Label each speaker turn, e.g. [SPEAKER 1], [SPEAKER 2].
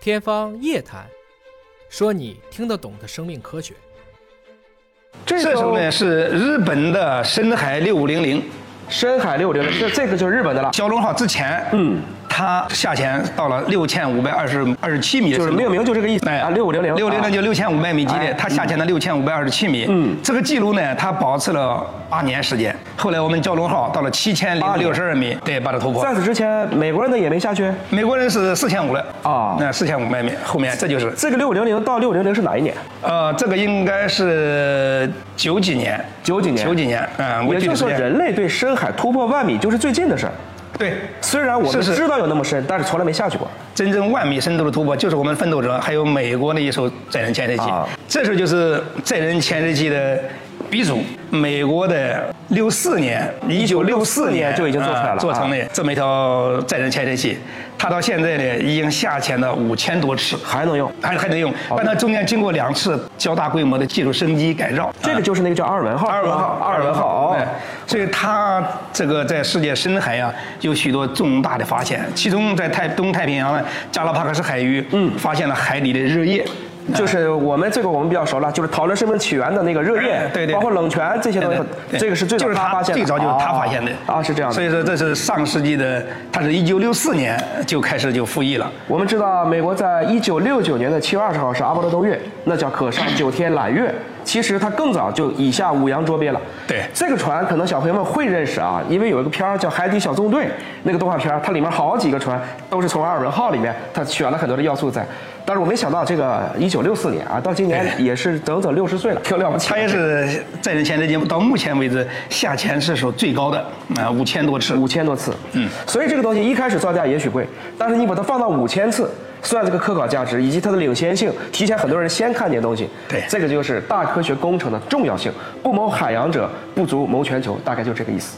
[SPEAKER 1] 天方夜谭，说你听得懂的生命科学。
[SPEAKER 2] 这
[SPEAKER 3] 这
[SPEAKER 2] 艘
[SPEAKER 3] 艘呢是日本的深海六五零零，
[SPEAKER 2] 啊深海六零，这这个就是日本的了，
[SPEAKER 3] 蛟龙号之前，嗯，它下潜到了六千五百二十二十七米的
[SPEAKER 2] 就是
[SPEAKER 3] 深度，
[SPEAKER 2] 命名就这个意思
[SPEAKER 3] 哎
[SPEAKER 2] 啊，六五零零，
[SPEAKER 3] 六零零就六千五百米级
[SPEAKER 2] 哎
[SPEAKER 3] 的，它下潜到六千五百二十七米，嗯，这个记录呢，它保持了八年时间。后来我们蛟龙号到了七千零六十二米，对，把它突破
[SPEAKER 2] 嗯在。此之前，美国人的也没下去。
[SPEAKER 3] 美国人是四千五了
[SPEAKER 2] 啊
[SPEAKER 3] 那四千五百米，后面这就是，
[SPEAKER 2] 这个六零零到六零零是哪一年？
[SPEAKER 3] 呃，这个应该是九几年，
[SPEAKER 2] 九几年
[SPEAKER 3] 九几年，嗯，我
[SPEAKER 2] 也
[SPEAKER 3] 具
[SPEAKER 2] 就
[SPEAKER 3] 体
[SPEAKER 2] 是说，
[SPEAKER 3] 时间
[SPEAKER 2] 人类对深海突破万米就是最近的事儿。
[SPEAKER 3] 对，
[SPEAKER 2] 虽然我们
[SPEAKER 3] 是是
[SPEAKER 2] 知道有那么深，但是从来没下去过。
[SPEAKER 3] 真正万米深度的突破，就是我们奋斗者还有美国的一艘载人潜水机。
[SPEAKER 2] 啊
[SPEAKER 3] 这时候就是载人潜水机的鼻祖，美国的六四年，一九六四啊
[SPEAKER 2] 年就已经做出来了啊
[SPEAKER 3] 做成了这么一条载人潜水器。它到现在呢，已经下潜到五千多尺，
[SPEAKER 2] 还能用
[SPEAKER 3] 还还能用。但它中间经过两次较大规模的技术升级改造。
[SPEAKER 2] 这个就是那个叫阿尔文号，
[SPEAKER 3] 阿尔文号，
[SPEAKER 2] 阿尔文号。
[SPEAKER 3] 哎
[SPEAKER 2] 哦
[SPEAKER 3] 所以它这个在世界深海啊，有许多重大的发现，其中在太东太平洋呢，加拉帕克斯海域，嗯，发现了海底的热液。
[SPEAKER 2] 就是我们这个我们比较熟了，就是讨论生命起源的那个热液
[SPEAKER 3] 哎，对对
[SPEAKER 2] 包括冷泉这些东西
[SPEAKER 3] 对，对
[SPEAKER 2] 这个是最早
[SPEAKER 3] 就是
[SPEAKER 2] 他发现的，
[SPEAKER 3] 最早就是他发现的
[SPEAKER 2] 啊，啊是这样的
[SPEAKER 3] 所。以说这是上世纪的，它是一九六四年就开始就服役了。
[SPEAKER 2] 我们知道，美国在一九六九年的七月二十号是阿波罗登月，那叫可上九天揽月。其实它更早就以下五洋捉鳖了。
[SPEAKER 3] 对
[SPEAKER 2] 这个船可能小朋友们会认识啊，因为有一个片儿叫《海底小纵队》，那个动画片儿，它里面好几个船都是从阿尔文号里面，它选了很多的要素在。但是我没想到，这个一九六四年啊，到今年
[SPEAKER 3] 对
[SPEAKER 2] 也是整整六十岁了，挺了不起的。
[SPEAKER 3] 它也是载人潜水机到目前为止下潜次数最高的啊，五千多尺。
[SPEAKER 2] 五千多次，嗯，所以这个东西一开始造价也许贵，但是你把它放到五千次，算这个科考价值以及它的领先性，提前很多人先看见东西，
[SPEAKER 3] 对
[SPEAKER 2] 这个就是大科学工程的重要性。不谋海洋者，不足谋全球，大概就这个意思。